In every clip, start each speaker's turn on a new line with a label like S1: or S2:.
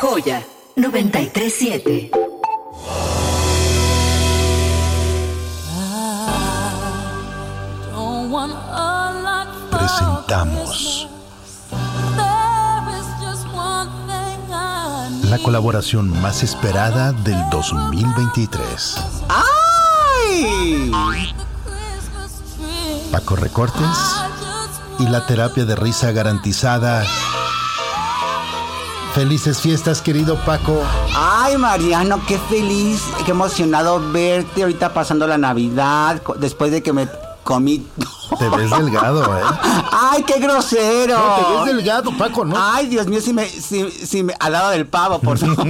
S1: Joya 937.
S2: Presentamos la colaboración más esperada del 2023.
S3: ¡Ay!
S2: Paco Recortes y la terapia de risa garantizada. Felices fiestas, querido Paco.
S3: Ay, Mariano, qué feliz, qué emocionado verte ahorita pasando la Navidad, co- después de que me comí...
S2: Te ves delgado, ¿eh?
S3: ¡Ay, qué grosero!
S2: No, te ves delgado, Paco, ¿no?
S3: Ay, Dios mío, si me, si, si me, al lado del pavo, por favor.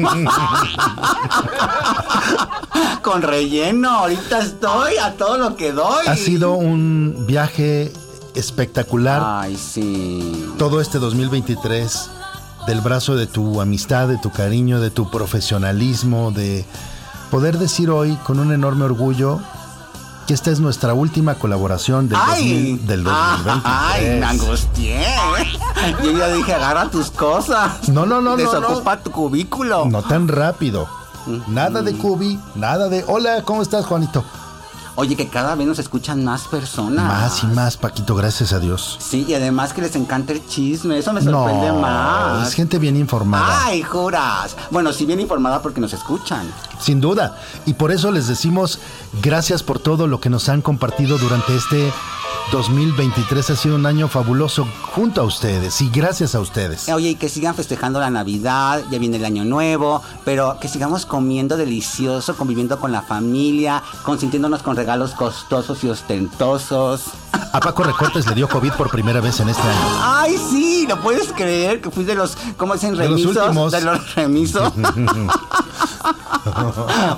S3: Con relleno, ahorita estoy a todo lo que doy.
S2: Ha sido un viaje espectacular.
S3: Ay, sí.
S2: todo este 2023 del brazo de tu amistad, de tu cariño, de tu profesionalismo, de poder decir hoy con un enorme orgullo que esta es nuestra última colaboración del,
S3: ¡Ay! Ah,
S2: 2000 del 2023.
S3: ¡Ay, me angustié! ¿eh? Yo ya dije, agarra tus cosas.
S2: No, no, no, no,
S3: Desocupa tu cubículo.
S2: no tan rápido.
S3: Mm.
S2: Nada de Cubi, nada de hola, ¿cómo estás, Juanito?
S3: Oye, que cada vez nos escuchan más personas.
S2: Más y más, Paquito, gracias a Dios.
S3: Sí, y además que les encanta el chisme. Eso me sorprende más.
S2: es gente bien informada.
S3: ¡Ay, juras! Bueno, sí, bien informada porque nos escuchan.
S2: Sin duda. Y por eso les decimos gracias por todo lo que nos han compartido durante este 2023. Ha sido un año fabuloso junto a ustedes y gracias a ustedes.
S3: Eh, Oye, y que sigan festejando la Navidad, ya viene el Año Nuevo, pero que sigamos comiendo delicioso, conviviendo con la familia, consintiéndonos con regalos costosos y ostentosos.
S2: A Paco Recortes le dio COVID por primera vez en este año.
S3: ¡Ay, sí! ¿No puedes creer que fui de los, ¿cómo dicen?
S2: De los
S3: Remisos.
S2: últimos.
S3: De los remisos.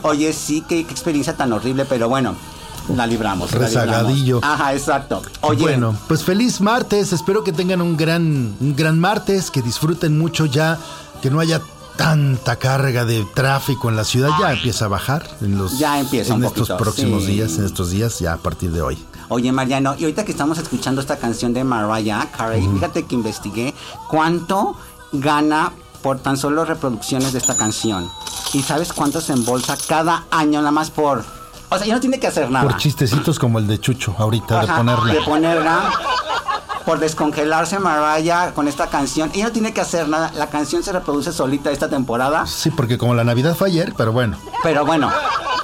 S3: Oye, sí, qué, qué experiencia tan horrible, pero bueno, la libramos. la libramos.
S2: Rezagadillo.
S3: Ajá, exacto. Oye,
S2: Bueno, pues feliz martes. Espero que tengan un gran, un gran martes, que disfruten mucho ya, que no haya tanta carga de tráfico en la ciudad. Ya empieza a bajar en los
S3: Ya empieza
S2: en
S3: un
S2: estos
S3: poquito,
S2: próximos
S3: sí.
S2: días, en estos días ya a partir de hoy.
S3: Oye, Mariano, y ahorita que estamos escuchando esta canción de Mariah Carey, fíjate que investigué cuánto gana por tan solo reproducciones de esta canción. ¿Y sabes cuánto se embolsa cada año nada más por...? O sea, ya no tiene que hacer nada.
S2: Por chistecitos como el de Chucho ahorita
S3: Ajá,
S2: de ponerle.
S3: de ponerla. Por descongelarse Mariah con esta canción. Ella no tiene que hacer nada. La canción se reproduce solita esta temporada.
S2: Sí, porque como la Navidad fue ayer, pero bueno.
S3: Pero bueno,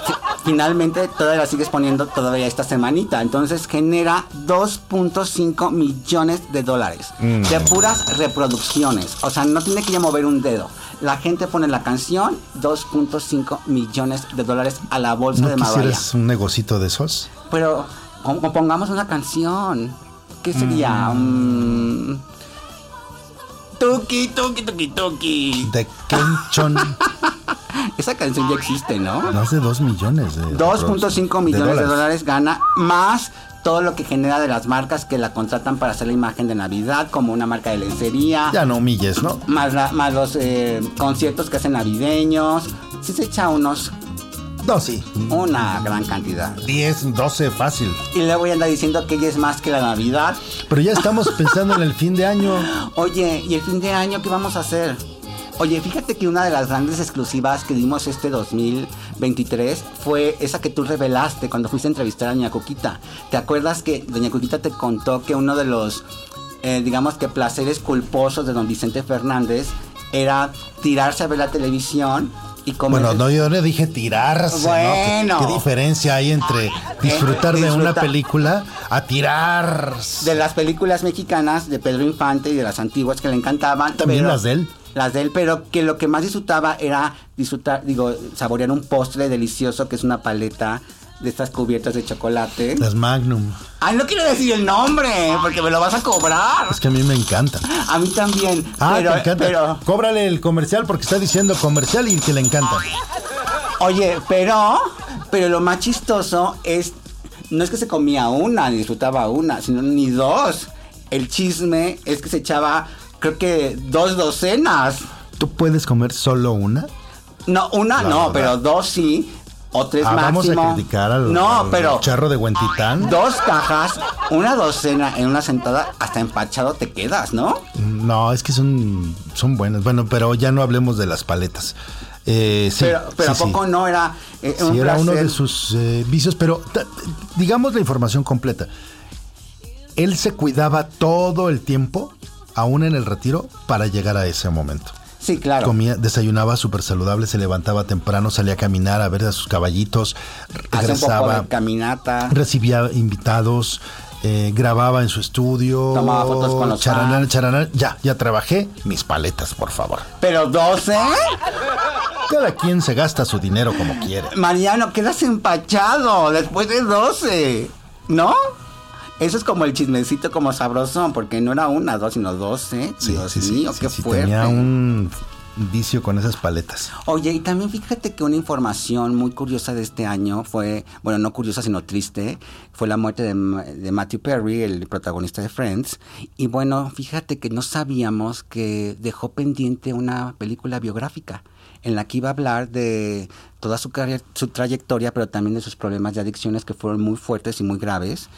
S3: fi- finalmente todavía la sigues poniendo todavía esta semanita. Entonces genera 2.5 millones de dólares
S2: Mm.
S3: de puras reproducciones. O sea, no tiene que ya mover un dedo. La gente pone la canción, 2.5 millones de dólares a la bolsa
S2: ¿No
S3: de Mariah.
S2: quisieras un negocito de esos?
S3: Pero com- compongamos una canción. ¿Qué sería? Mm. Tuki, tuki, tuki, tuki.
S2: De Kenchon.
S3: Esa canción ya existe, ¿no?
S2: Más de 2 millones. de
S3: 2.5
S2: de
S3: millones de dólares gana más todo lo que genera de las marcas que la contratan para hacer la imagen de Navidad, como una marca de lencería,
S2: Ya no humilles, ¿no?
S3: más, la- más los eh, conciertos que hacen navideños. Sí se echa unos,
S2: No, sí.
S3: una gran cantidad.
S2: 10, 12, fácil.
S3: Y luego ya anda diciendo que ella es más que la Navidad.
S2: Pero ya estamos pensando en el fin de año.
S3: Oye, ¿y el fin de año qué vamos a hacer? Oye, fíjate que una de las grandes exclusivas que dimos este 2023 fue esa que tú revelaste cuando fuiste a entrevistar a Doña Cuquita. ¿Te acuerdas que Doña Cuquita te contó que uno de los eh, digamos que placeres culposos de don Vicente Fernández era tirarse a ver la televisión y comer.
S2: Bueno, no, yo le dije tirarse. ¿no? ¿Qué-
S3: Bueno. Ah,
S2: ¿Qué, diferencia hay entre disfrutar de una
S3: disfruta-
S2: película a tirarse?
S3: de las películas mexicanas de Pedro Infante y de las antiguas que le encantaban.
S2: También las de él.
S3: Las de él, pero que lo que más disfrutaba era disfrutar, digo, saborear un postre delicioso que es una paleta de estas cubiertas de chocolate.
S2: Las Magnum.
S3: Ay, no quiero decir el nombre, porque me lo vas a cobrar.
S2: Es que a mí me encanta.
S3: A mí también.
S2: Ah,
S3: pero,
S2: te encanta.
S3: pero,
S2: Cóbrale el comercial porque está diciendo comercial y que le encanta.
S3: oye, pero, pero lo más chistoso es, no es que se comía una, ni disfrutaba una, sino ni dos. El chisme es que se echaba, creo que dos docenas.
S2: ¿Tú puedes comer solo una?
S3: No, una
S2: La
S3: no,
S2: verdad.
S3: pero dos sí, o tres
S2: Ah, vamos
S3: máximo.
S2: a criticar al,
S3: No,
S2: al
S3: pero
S2: charro de Huentitán.
S3: dos cajas, una docena en una sentada, hasta empachado te quedas, ¿no?
S2: No, es que son, son buenas. Bueno, pero ya no hablemos de las paletas. Eh, sí,
S3: pero pero
S2: sí,
S3: ¿a poco
S2: sí.
S3: no era eh,
S2: Sí,
S3: un
S2: era uno
S3: placer?
S2: de sus eh, vicios, pero ta- digamos la información completa. Él se cuidaba todo el tiempo, aún en el retiro, para llegar a ese momento.
S3: Sí, claro.
S2: Comía, desayunaba súper saludable, se levantaba temprano, salía a caminar a ver a sus caballitos,
S3: Hace un poco
S2: regresaba,
S3: de caminata.
S2: recibía invitados, eh, grababa en su estudio,
S3: Tomaba fotos con los
S2: charanán,
S3: fans.
S2: charanán. Ya, ya trabajé. Mis paletas, por favor.
S3: Pero 12,
S2: Cada quien se gasta su dinero como quiere.
S3: Mariano, quedas empachado después de 12, ¿no? Eso es como el chismecito como sabrosón, porque no era una, dos, sino 12. Dios mío,
S2: sí,
S3: qué
S2: sí,
S3: fuerte.
S2: Tenía un vicio con esas paletas.
S3: Oye, y también fíjate que una información muy curiosa de este año fue, bueno, no curiosa, sino triste, fue la muerte de, Ma- de Matthew Perry, el protagonista de Friends. Y bueno, fíjate que no sabíamos que dejó pendiente una película biográfica en la que iba a hablar de toda su, carrera, su trayectoria, pero también de sus problemas de adicciones que fueron muy fuertes y muy graves.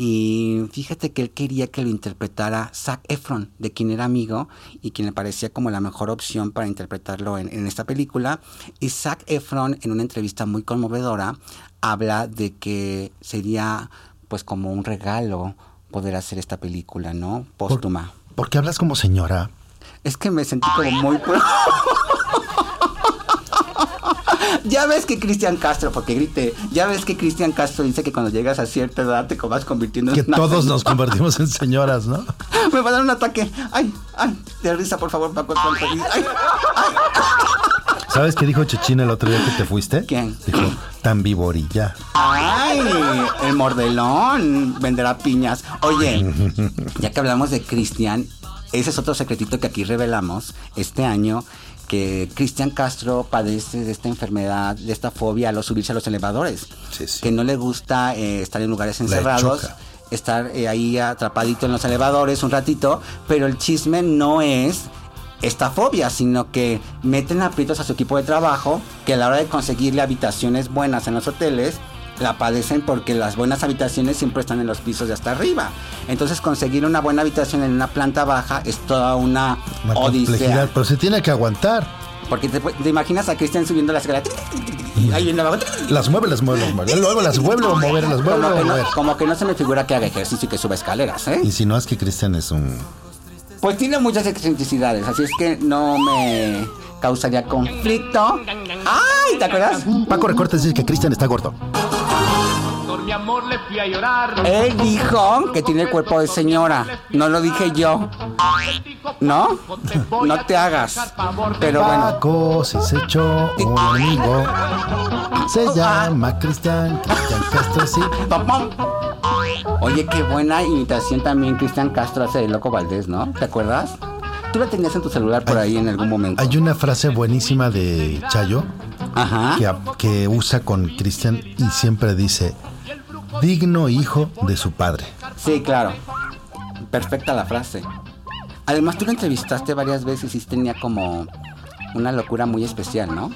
S3: Y fíjate que él quería que lo interpretara Zac Efron, de quien era amigo y quien le parecía como la mejor opción para interpretarlo en, en esta película. Y Zac Efron, en una entrevista muy conmovedora, habla de que sería pues como un regalo poder hacer esta película, ¿no? Póstuma.
S2: ¿Por qué hablas como señora?
S3: Es que me sentí como muy... pro- Ya ves que Cristian Castro, porque grité, ya ves que Cristian Castro dice que cuando llegas a cierta edad te vas convirtiendo
S2: Que
S3: en una
S2: todos nos convertimos en señoras, ¿no?
S3: me va a dar un ataque. Ay, ay, de risa, por favor, Paco. Paco, Ay,
S2: ¿Sabes qué dijo Chechín el otro día que te fuiste?
S3: ¿Quién?
S2: Dijo, tan viborilla.
S3: ay, el mordelón venderá piñas. Oye, ya que hablamos de Cristian, ese es otro secretito que aquí revelamos este año. Que Cristian Castro padece de esta enfermedad, de esta fobia a los subirse a los elevadores.
S2: Sí, sí.
S3: Que no le gusta eh, estar en lugares encerrados.
S2: choca.
S3: estar eh, ahí atrapadito en los elevadores un ratito, pero el chisme no es esta fobia, sino que meten aprietos a su equipo de trabajo, que a la hora de conseguirle habitaciones buenas en los hoteles, la padecen porque las buenas habitaciones siempre están en los pisos de hasta arriba. Entonces conseguir una buena habitación en una planta baja es toda una,
S2: Una
S3: odisea.
S2: complejidad, pero se tiene que aguantar.
S3: Porque te, te imaginas a Cristian subiendo la escalera. Ahí viene abajo.
S2: Las mueve, las mueve, las mueve. Luego las vuelve a mover, las vuelve a
S3: Como que,
S2: mover.
S3: no, como que no se me figura que haga ejercicio y que suba escaleras, ¿eh?
S2: Y si no es que Cristian es un...
S3: Pues tiene muchas excentricidades, así es que no me causaría conflicto. ¡Ay! ¿Te acuerdas?
S2: Paco Recortes dice que Cristian está gordo.
S4: Por mi amor le fui a llorar.
S3: Él dijo que tiene el cuerpo de señora. No lo dije yo. ¿No? No te hagas. Pero bueno.
S2: Paco, si se echó un amigo. Se llama Cristian, Cristian Castro, sí.
S3: ¡Papam! Oye, qué buena imitación también Cristian Castro hace de Loco Valdés, ¿no? ¿Te acuerdas? Tú la tenías en tu celular por ahí en algún momento.
S2: Hay una frase buenísima de Chayo
S3: Ajá.
S2: que, a- que usa con Cristian y siempre dice, digno hijo de su padre.
S3: Sí, claro. Perfecta la frase. Además, tú lo entrevistaste varias veces y sí tenía como una locura muy especial, ¿no?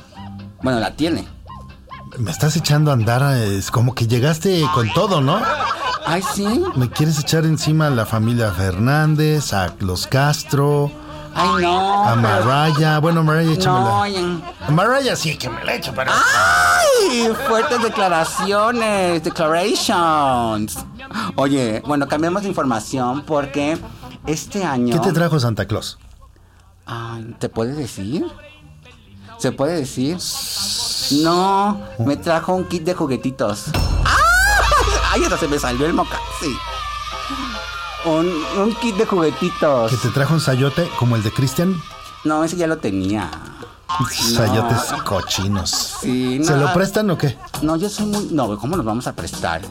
S3: Bueno, la tiene.
S2: Me estás echando a andar, es como que llegaste con todo, ¿no?
S3: Ay, sí.
S2: Me quieres echar encima a la familia Fernández, a los Castro,
S3: Ay, no.
S2: a Maraya. Bueno, Maraya,
S3: No,
S2: Ah, échamela.
S3: ay,
S2: Maraya sí que me la echo, pero...
S3: Ah. ay, fuertes declaraciones, declarations. Oye, bueno, cambiamos de información porque Este año.
S2: ¿Qué te trajo Santa Claus?
S3: Ay, ¿Te puede decir? ¿Se puede decir? No, me trajo un kit de juguetitos. ¡Ah! ¡Ay, ahora se me salió el moca! Sí. Un, un kit de juguetitos.
S2: ¿Que te trajo un sayote como el de Christian?
S3: No, ese ya lo tenía.
S2: Sayotes cochinos.
S3: Sí, no.
S2: ¿Se lo prestan o qué?
S3: No, yo soy muy. No, ¿cómo nos vamos a prestar?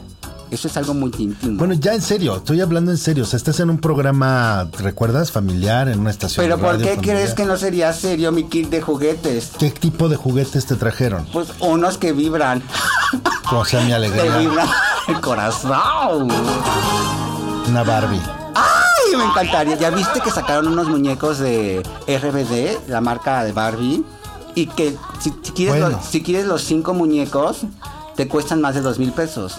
S3: Eso es algo muy íntimo.
S2: Bueno, ya en serio, estoy hablando en serio. O sea, estás en un programa, ¿recuerdas? Familiar, en una estación
S3: Pero
S2: de
S3: ¿por
S2: radio
S3: qué
S2: familiar.
S3: crees que no sería serio mi kit de juguetes?
S2: ¿Qué tipo de juguetes te trajeron?
S3: Pues unos que vibran.
S2: O sea, mi
S3: Te
S2: alegría.
S3: vibran el corazón.
S2: Una Barbie.
S3: ¡Ay! Me encantaría. ¿Ya viste que sacaron unos muñecos de RBD, la marca de Barbie? Y que si, si quieres,
S2: Bueno.
S3: los, si quieres los cinco muñecos, te cuestan más de dos mil pesos.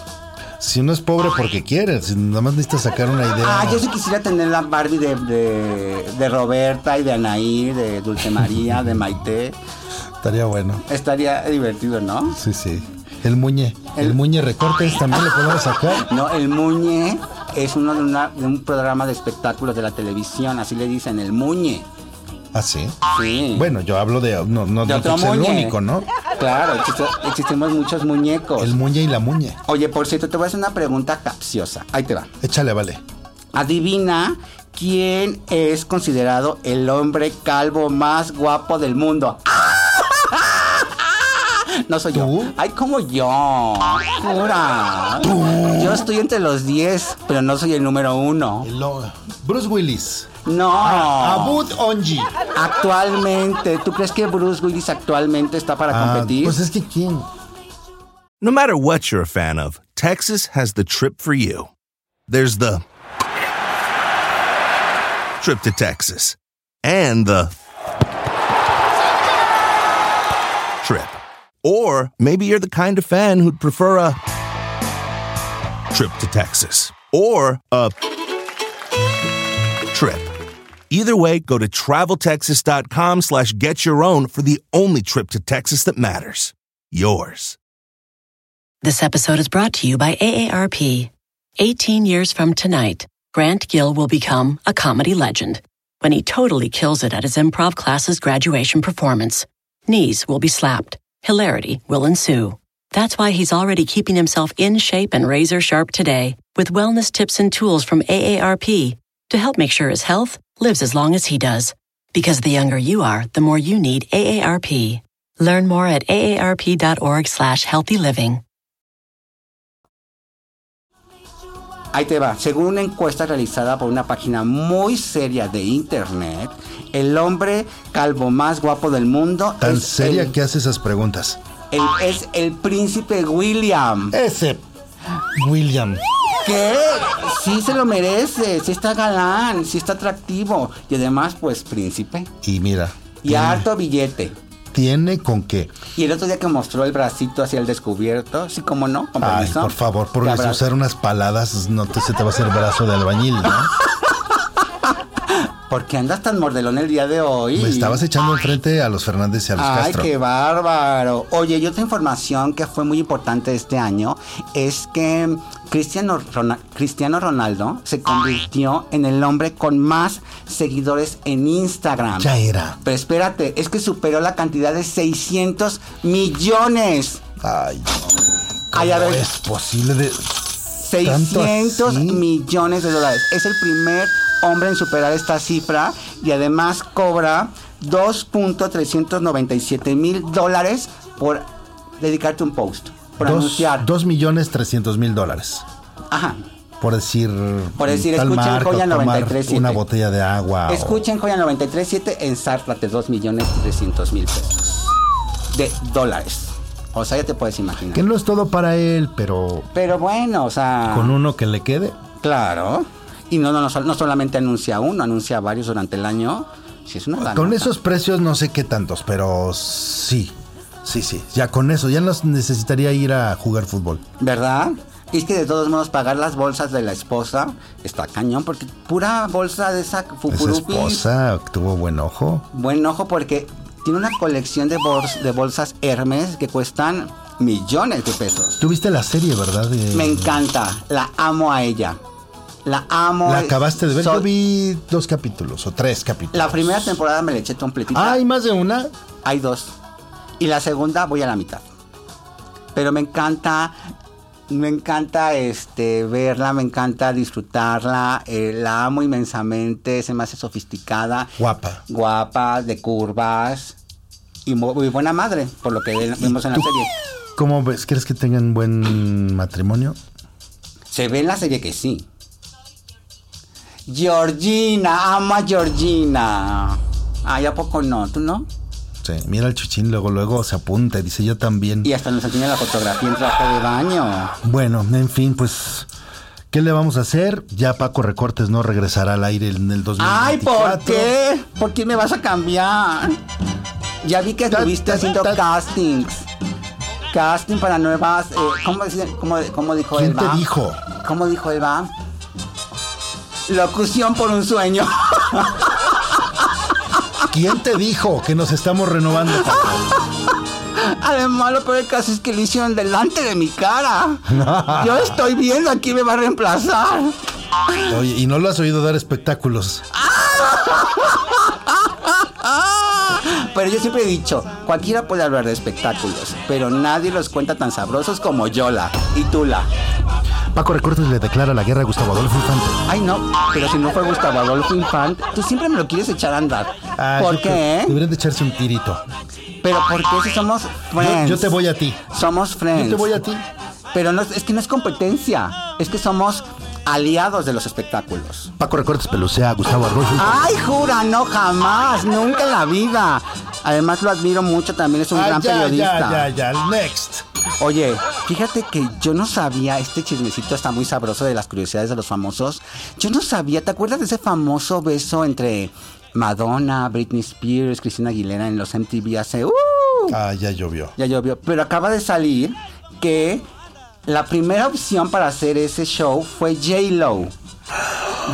S2: Si uno es pobre porque quiere, si nada más necesitas sacar una idea.
S3: Ah, yo sí quisiera tener la Barbie de, de- de Roberta y de Anaí, de Dulce María, de Maite.
S2: Estaría bueno.
S3: Estaría divertido, ¿no?
S2: Sí, sí. El muñe. El, muñe recortes también lo podemos sacar.
S3: No, el Muñe es uno de, una- de un programa de espectáculos de la televisión, así le dicen, el Muñe.
S2: Ah, sí.
S3: Sí.
S2: Bueno, yo hablo de. No, no,
S3: De
S2: no
S3: otro
S2: es el
S3: muñe.
S2: único, ¿no?
S3: Claro, existe- existimos muchos muñecos.
S2: El muñe y la muñe.
S3: Oye, por cierto, te voy a hacer una pregunta capciosa. Ahí te va.
S2: Échale, vale.
S3: Adivina quién es considerado el hombre calvo más guapo del mundo. No soy yo.
S2: ¿Tú?
S3: Ay, como yo. Jura. Yo estoy entre los 10, pero no soy el número uno.
S2: El lo- Bruce Willis.
S3: No.
S2: Abud Onji.
S3: Actualmente, ¿tú crees que Bruce Willis actualmente está para
S2: Ah,
S3: competir?
S2: pues es que quién.
S5: No matter what you're a fan of, Texas has the trip for you. There's the trip to Texas and the trip. Or maybe you're the kind of fan who'd prefer a trip to Texas or a trip. Either way, go to traveltexas.com slash get your own for the only trip to Texas that matters. Yours.
S6: This episode is brought to you by AARP. 18 years from tonight, Grant Gill will become a comedy legend when he totally kills it at his improv class's graduation performance. Knees will be slapped, hilarity will ensue. That's why he's already keeping himself in shape and razor sharp today with wellness tips and tools from AARP to help make sure his health lives as long as he does. Because the younger you are, the more you need AARP. Learn more at aarp.org slash healthy living.
S3: Ahí te va. Según una encuesta realizada por una página muy seria de internet, el hombre calvo más guapo del mundo
S2: Tan
S3: es,
S2: seria
S3: el,
S2: que hace esas preguntas.
S3: el- es el príncipe William.
S2: Ese. William.
S3: ¿Qué? Sí se lo merece, sí está galán, sí está atractivo y además pues príncipe
S2: Y mira.
S3: y harto billete.
S2: Tiene con qué.
S3: Y el otro día que mostró el bracito hacia el descubierto, sí, como no, con
S2: Ay,
S3: permiso.
S2: por favor, por
S3: Te abra-
S2: usar unas paladas, no te, se te va a hacer brazo de albañil, ¿no?
S3: ¿Por qué andas tan mordelón el día de hoy?
S2: Me estabas echando enfrente a los Fernández y a los
S3: Ay,
S2: Castro.
S3: qué bárbaro. Oye, y otra información que fue muy importante este año es que Cristiano, Rona- Cristiano Ronaldo se convirtió en el hombre con más seguidores en Instagram.
S2: Ya era.
S3: Pero espérate, es que superó la cantidad de 600 millones.
S2: Ay,
S3: Ay, a
S2: ¿cómo
S3: ver.
S2: es posible de.
S3: 600
S2: así?
S3: millones de dólares. Es el primer hombre en superar esta cifra y además cobra 2.397 mil dólares por dedicarte un post, por
S2: Dos,
S3: anunciar.
S2: dos millones trescientos mil dólares.
S3: Ajá.
S2: Por decir.
S3: Por decir,
S2: tal
S3: escuchen
S2: marca, o
S3: Joya
S2: tomar
S3: 93.7.
S2: Una botella de agua. o-
S3: Escuchen Joya 937 en Zárplate 2 millones 300 mil pesos de dólares. O sea, ya te puedes imaginar.
S2: Que no es todo para él, pero
S3: Pero bueno, o sea.
S2: con uno que le quede.
S3: Claro. Y no, no, no, sol- no solamente anuncia uno, anuncia varios durante el año. Si es una
S2: Con
S3: lanota.
S2: esos precios no sé qué tantos, pero sí. Sí, sí. Ya con eso, ya no necesitaría ir a jugar fútbol.
S3: ¿Verdad? Y es que de todos modos pagar las bolsas de la esposa está cañón, porque pura bolsa de esa
S2: Esa
S3: fucurupi.
S2: esposa tuvo buen ojo.
S3: Buen ojo porque tiene una colección de, bols- de bolsas Hermes que cuestan millones de pesos.
S2: Tú viste la serie, ¿verdad? De-
S3: Me encanta, la amo a ella. La amo.
S2: La acabaste de ver.
S3: Soy-
S2: Yo vi dos capítulos o tres capítulos.
S3: La primera temporada me la eché completita.
S2: Ah, ¿hay más de una?
S3: Hay dos. Y la segunda voy a la mitad. Pero me encanta, me encanta este, verla, me encanta disfrutarla. eh, la amo inmensamente, se me hace sofisticada.
S2: Guapa.
S3: Guapa, de curvas. Y mu- muy buena madre, por lo que vemos en la
S2: ¿Tú
S3: serie.
S2: ¿Cómo ves? ¿Crees que tengan buen matrimonio?
S3: Se ve en la serie que sí. Georgina, amo a Georgina. Ay, ¿a poco no? ¿Tú no?
S2: Sí, mira el chichín, luego, luego se apunta y dice yo también.
S3: Y hasta nos enseña la fotografía en traje de baño.
S2: Bueno, en fin, pues, ¿qué le vamos a hacer? Ya Paco Recortes no regresará al aire en el 2024.
S3: Ay, ¿por qué? ¿Por qué me vas a cambiar? Ya vi que
S2: Ta,
S3: estuviste
S2: ta,
S3: haciendo
S2: ta.
S3: castings. Casting para nuevas. eh, ¿cómo, dice- cómo- cómo dijo
S2: ¿Quién
S3: Elba?
S2: te dijo?
S3: ¿Cómo dijo Elba? Locución por un sueño.
S2: ¿Quién te dijo que nos estamos renovando, Paco?
S3: Además, lo peor del caso es que lo hicieron delante de mi cara. Yo estoy viendo a quién me va a reemplazar.
S2: Oye, y no lo has oído dar espectáculos.
S3: ¡Ah! Pero yo siempre he dicho, cualquiera puede hablar de espectáculos, pero nadie los cuenta tan sabrosos como Yola y Tula.
S2: Paco Recortes le declara la guerra a Gustavo Adolfo Infante.
S3: Ay, no, pero si no fue Gustavo Adolfo Infante, tú siempre me lo quieres echar a andar.
S2: Ah,
S3: ¿Por
S2: yo creo-
S3: qué?
S2: Deberían de echarse un tirito.
S3: Pero ¿por qué si somos
S2: Yo,
S3: friends?
S2: yo te voy a ti.
S3: Somos friends.
S2: Yo te voy a ti.
S3: Pero no, es que no es competencia, es que somos aliados de los espectáculos.
S2: Paco Recortes pelucea a Gustavo Adolfo Infante.
S3: Ay, jura, no jamás, nunca en la vida. Además lo admiro mucho, también es un
S2: Ah,
S3: gran
S2: ya,
S3: periodista.
S2: ya, ya, ya. Next.
S3: Oye, fíjate que yo no sabía, este chismecito está muy sabroso de las curiosidades de los famosos. Yo no sabía, ¿te acuerdas de ese famoso beso entre Madonna, Britney Spears, Cristina Aguilera en los MTV hace... ¡Uh!
S2: Ah, ya llovió.
S3: Ya llovió, pero acaba de salir que la primera opción para hacer ese show fue J-Lo.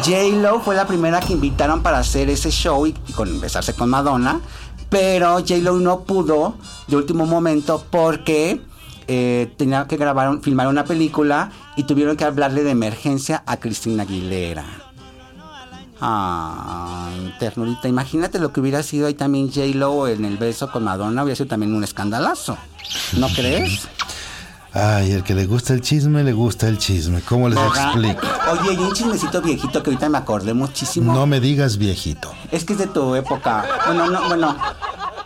S3: J-Lo fue la primera que invitaron para hacer ese show y, y con, besarse con Madonna. Pero J-Lo no pudo de último momento porque eh, tenía que grabar, un- filmar una película y tuvieron que hablarle de emergencia a Cristina Aguilera. Ay, Ah, ternurita, imagínate lo que hubiera sido ahí también J-Lo en el beso con Madonna, hubiera sido también un escandalazo. ¿No crees?
S2: Ay, el que le gusta el chisme, le gusta el chisme. ¿Cómo les
S3: ¿Verdad?
S2: explico?
S3: Oye, y un chismecito viejito que ahorita me acordé muchísimo.
S2: No me digas viejito.
S3: Es que es de tu época. Bueno, no, bueno.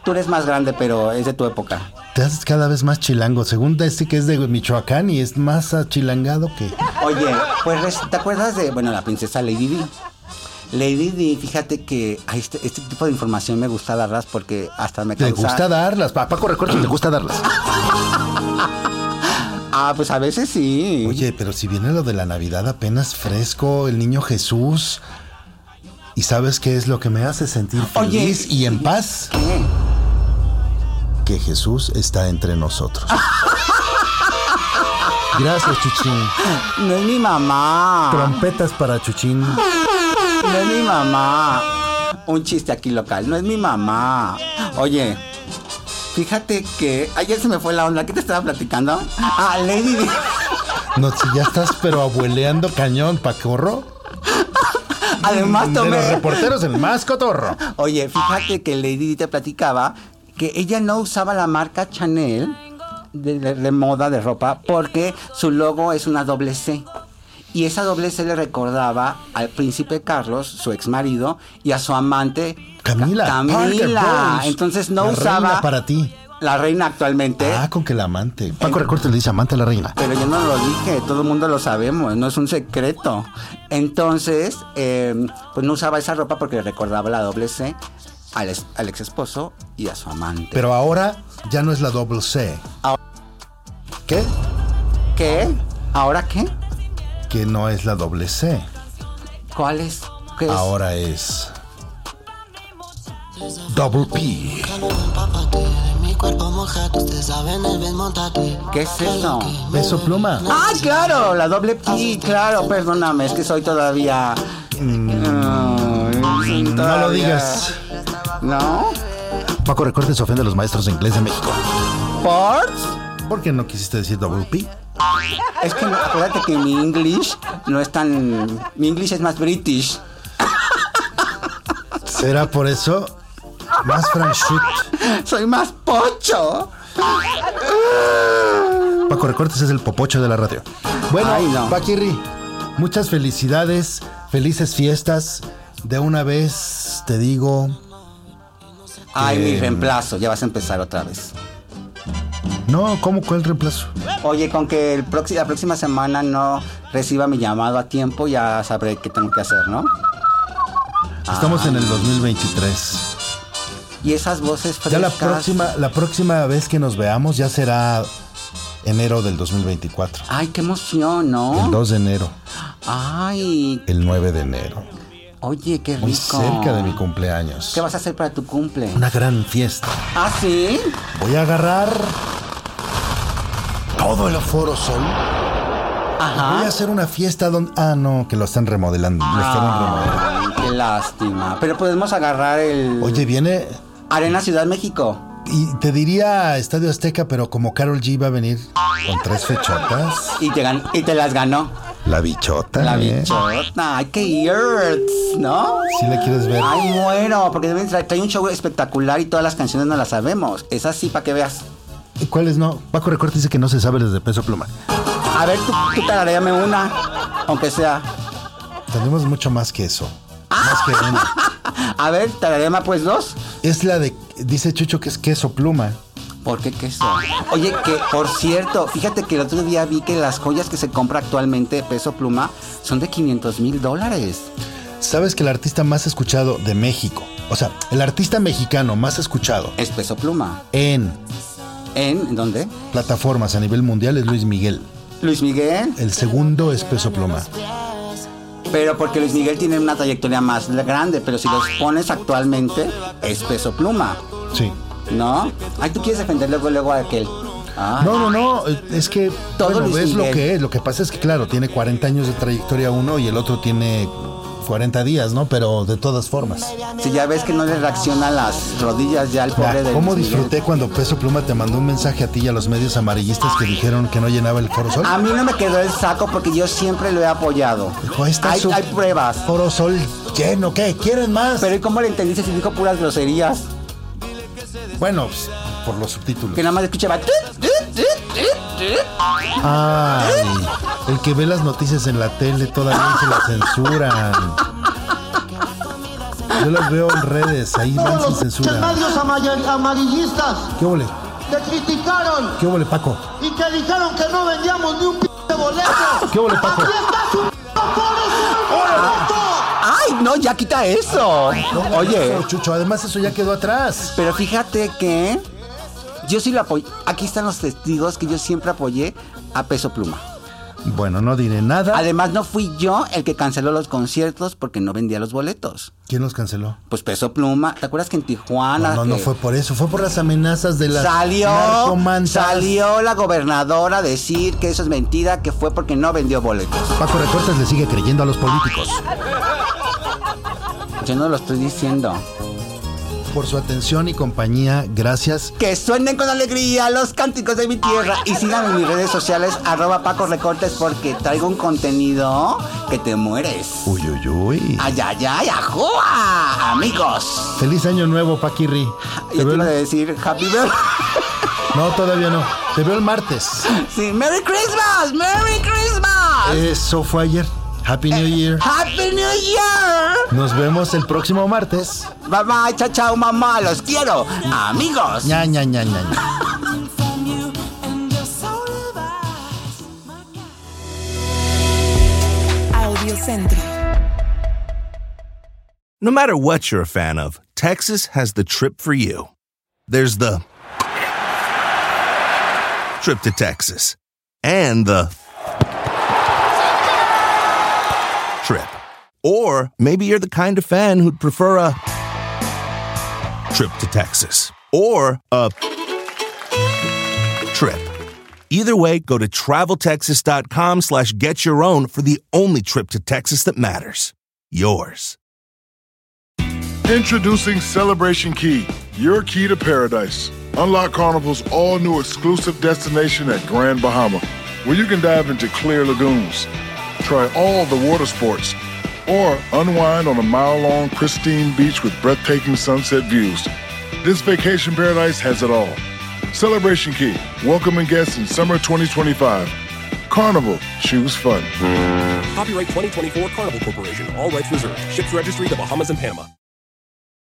S3: Tú eres más grande, pero es de tu época.
S2: Te haces cada vez más chilango. Según este que es de Michoacán y es más achilangado que...
S3: Oye, pues res- ¿te acuerdas de, bueno, la princesa Lady Di? Lady Di, fíjate que ay, este, este tipo de información me gusta darlas porque hasta me
S2: Te
S3: causa...
S2: gusta darlas. Pa- Paco Recortes le gusta darlas.
S3: Ah, pues a veces sí.
S2: Oye, pero si viene lo de la Navidad apenas fresco, el niño Jesús... ¿Y sabes qué es lo que me hace sentir
S3: Oye,
S2: feliz y en paz?
S3: ¿Qué?
S2: Que Jesús está entre nosotros. Gracias, Chuchín.
S3: No es mi mamá.
S2: Trompetas para Chuchín.
S3: No es mi mamá. Un chiste aquí local. No es mi mamá. Oye, fíjate que. Ayer se me fue la onda. ¿Qué te estaba platicando? Ah, Lady Di.
S2: No, si ya estás, pero abueleando cañón, Pacorro.
S3: Además
S2: De
S3: tomé.
S2: los reporteros, el más cotorro.
S3: Oye, fíjate que Lady Di te platicaba que ella no usaba la marca Chanel de, de- de moda de ropa porque su logo es una doble C. Y esa doble C le recordaba al príncipe Carlos, su ex marido, y a su amante
S2: Camila.
S3: Ca-
S2: Parker
S3: Camila.
S2: Bowles,
S3: Entonces no
S2: la
S3: usaba.
S2: reina para ti.
S3: La reina actualmente.
S2: Ah, con que la amante. Paco Recortes le dice amante a la reina.
S3: Pero yo no lo dije, todo el mundo lo sabemos, no es un secreto. Entonces, eh, pues no usaba esa ropa porque le recordaba la doble C al, ex- al ex esposo y a su amante.
S2: Pero ahora ya no es la doble C.
S3: Ah.
S2: ¿Qué?
S3: ¿Qué? ¿Ahora qué?
S2: Que no es la doble C.
S3: ¿Cuál es? ¿Qué es?
S2: Ahora es. Double P.
S3: ¿Qué es eso?
S2: Beso pluma.
S3: ¡Ah, claro! La doble P, claro, perdóname, es que soy todavía. Ay, soy
S2: Mm, No lo
S3: todavía-
S2: digas.
S3: ¿No?
S2: Paco Recortes ofende a los maestros de inglés de México.
S3: ¿Por?
S2: ¿Por qué no quisiste decir double P?
S3: Es que no- acuérdate que mi English no es tan. Mi English es más British.
S2: ¿Será por eso? Más franchut.
S3: Soy más pocho.
S2: Paco Recortes es el popocho de la radio. Bueno,
S3: Ay, no.
S2: Paquirri, muchas felicidades, felices fiestas. De una vez te digo,
S3: Ay, mi
S2: Eh,
S3: reemplazo. Ya vas a empezar otra vez.
S2: no, ¿cómo cuál reemplazo?
S3: Oye, con que el proxi- la próxima semana no reciba mi llamado a tiempo, ya sabré qué tengo que hacer, ¿no?
S2: Estamos en el 2023.
S3: Y esas voces
S2: Ya
S3: frescas.
S2: la próxima, la próxima vez que nos veamos ya será enero del 2024.
S3: Ay, qué emoción,
S2: El
S3: ¿no?
S2: 2 de enero,
S3: Ay,
S2: el 9 de enero.
S3: oye, qué rico.
S2: Muy cerca de mi cumpleaños.
S3: ¿Qué vas a hacer para tu cumple?
S2: Una gran fiesta.
S3: ¿Ah, sí?
S2: Voy a agarrar todo el aforo sol. Voy a
S3: Ajá.
S2: hacer una fiesta donde. Ah, no, que lo están remodelando. Lo estaban
S3: Ah.
S2: remodelando.
S3: Ay, qué lástima. Pero podemos agarrar el.
S2: Oye, viene.
S3: Arena Ciudad México.
S2: Y te diría Estadio Azteca, pero como Carol G va a venir con tres fechotas.
S3: Y te, gan- y te las ganó.
S2: La bichota.
S3: La
S2: ¿eh?
S3: bichota. Ay, qué ears, ¿no?
S2: Si la quieres ver.
S3: Ay, muero, porque deben tra- trae un show espectacular y todas las canciones no las sabemos. Es así para que veas.
S2: ¿Cuáles no? Paco Recorte dice que no se sabe desde peso pluma.
S3: A ver, tú, tú tarareame una, aunque sea.
S2: Tenemos mucho más que eso. Más que
S3: Ah.
S2: una.
S3: A ver, tarareame pues dos.
S2: Es la de. Dice Chucho que es queso pluma.
S3: ¿Por qué queso? Oye, que por cierto, fíjate que el otro día vi que las joyas que se compra actualmente de peso pluma son de 500 mil dólares.
S2: ¿Sabes que el artista más escuchado de México? O sea, el artista mexicano más escuchado
S3: Es peso pluma.
S2: en
S3: ¿En dónde?
S2: plataformas a nivel mundial es Luis Miguel.
S3: Luis Miguel.
S2: El segundo es Peso Pluma.
S3: Pero porque Luis Miguel tiene una trayectoria más grande, pero si los pones actualmente, es peso pluma.
S2: Sí.
S3: ¿No? Ay, tú quieres defender luego, luego a aquel. Ah.
S2: No, no, no, es que
S3: Todo
S2: bueno,
S3: Luis
S2: ves lo
S3: Miguel.
S2: que es. Lo que pasa es que, claro, tiene 40 años de trayectoria uno y el otro tiene 40 días, ¿no? Pero de todas formas.
S3: Si ya ves que no le reacciona las rodillas ya al pobre
S2: Ya,
S3: de
S2: ¿Cómo
S3: Luis Miguel.
S2: disfruté cuando Peso Pluma te mandó un mensaje a ti y a los medios amarillistas que dijeron que no llenaba el Foro Sol?
S3: A mí no me quedó el saco porque yo siempre lo he apoyado.
S2: Dijo, "Ahí está
S3: hay,
S2: su-
S3: hay pruebas.
S2: Foro Sol lleno, ¿qué? ¿Quieren más?
S3: Pero ¿y cómo le entendiste si dijo puras groserías?
S2: Bueno, pues, por los subtítulos.
S3: Que nada más escuchaba... "Tut, tut, tut, tut, tut".
S2: Ay, el que ve las noticias en la tele todavía se las censuran. Yo las veo en redes, ahí van sin
S7: Los
S2: censura.
S7: medios amaya- amarillistas
S2: ¿Qué huele?
S7: te criticaron
S2: ¿Qué huele, Paco?
S7: y te dijeron que no vendíamos ni un p de boleto.
S2: ¿Qué huele, Paco?
S7: ¡Aquí está su p Foro Sol, boleto!
S3: Ah. ¡Ay, no! Ya quita eso.
S2: No,
S3: Oye,
S2: eso, Chucho, además eso ya quedó atrás.
S3: pero fíjate que yo sí lo apoyé. Aquí están los testigos que yo siempre apoyé a Peso Pluma.
S2: Bueno, no diré nada.
S3: Además, no fui yo el que canceló los conciertos porque no vendía los boletos.
S2: ¿Quién los canceló?
S3: Pues Peso Pluma, ¿te acuerdas que en Tijuana...
S2: No, no, no
S3: que
S2: fue por eso, fue por las amenazas de las
S3: Ah, eh. Salió,
S2: narcomantas.
S3: salió la gobernadora a decir que eso es mentira, que fue porque no vendió boletos.
S2: Paco Recortes le sigue creyendo a los políticos
S3: Yo no lo estoy diciendo.
S2: por su atención y compañía. Gracias.
S3: Que suenen con alegría los cánticos de mi tierra y síganme en mis redes sociales arroba Paco Recortes porque traigo un contenido que te mueres.
S2: Uy, uy, uy.
S3: Ay, ay, ay, ajúa, amigos.
S2: Feliz año nuevo, Paquirri.
S3: Yo te iba a decir Happy Birthday.
S2: No, todavía no. Te veo el martes.
S3: Sí, Merry Christmas, Merry Christmas.
S2: Eso fue ayer. Happy New Year.
S3: Happy New Year.
S2: Nos vemos el próximo martes.
S3: Bye bye, chao, chao, mamá, los quiero. Amigos.
S2: Ña, ña, ña, ña, ña.
S8: Audio Centro.
S5: No matter what you're a fan of, Texas has the trip for you. There's the trip to Texas and the trip. Or maybe you're the kind of fan who'd prefer a trip to Texas or a trip. Either way, go to traveltexas.com slash get your own for the only trip to Texas that matters. Yours.
S9: Introducing Celebration Key, your key to paradise. Unlock Carnival's all new exclusive destination at Grand Bahama,
S2: where you can dive into clear lagoons, try all the water sports, or unwind on a mile long, pristine beach with breathtaking sunset views. This vacation paradise has it all. Celebration Key, welcoming guests in summer 2025. Carnival, choose fun.
S10: Copyright 2024 Carnival Corporation. All rights reserved. Ships registry: The Bahamas and Panama.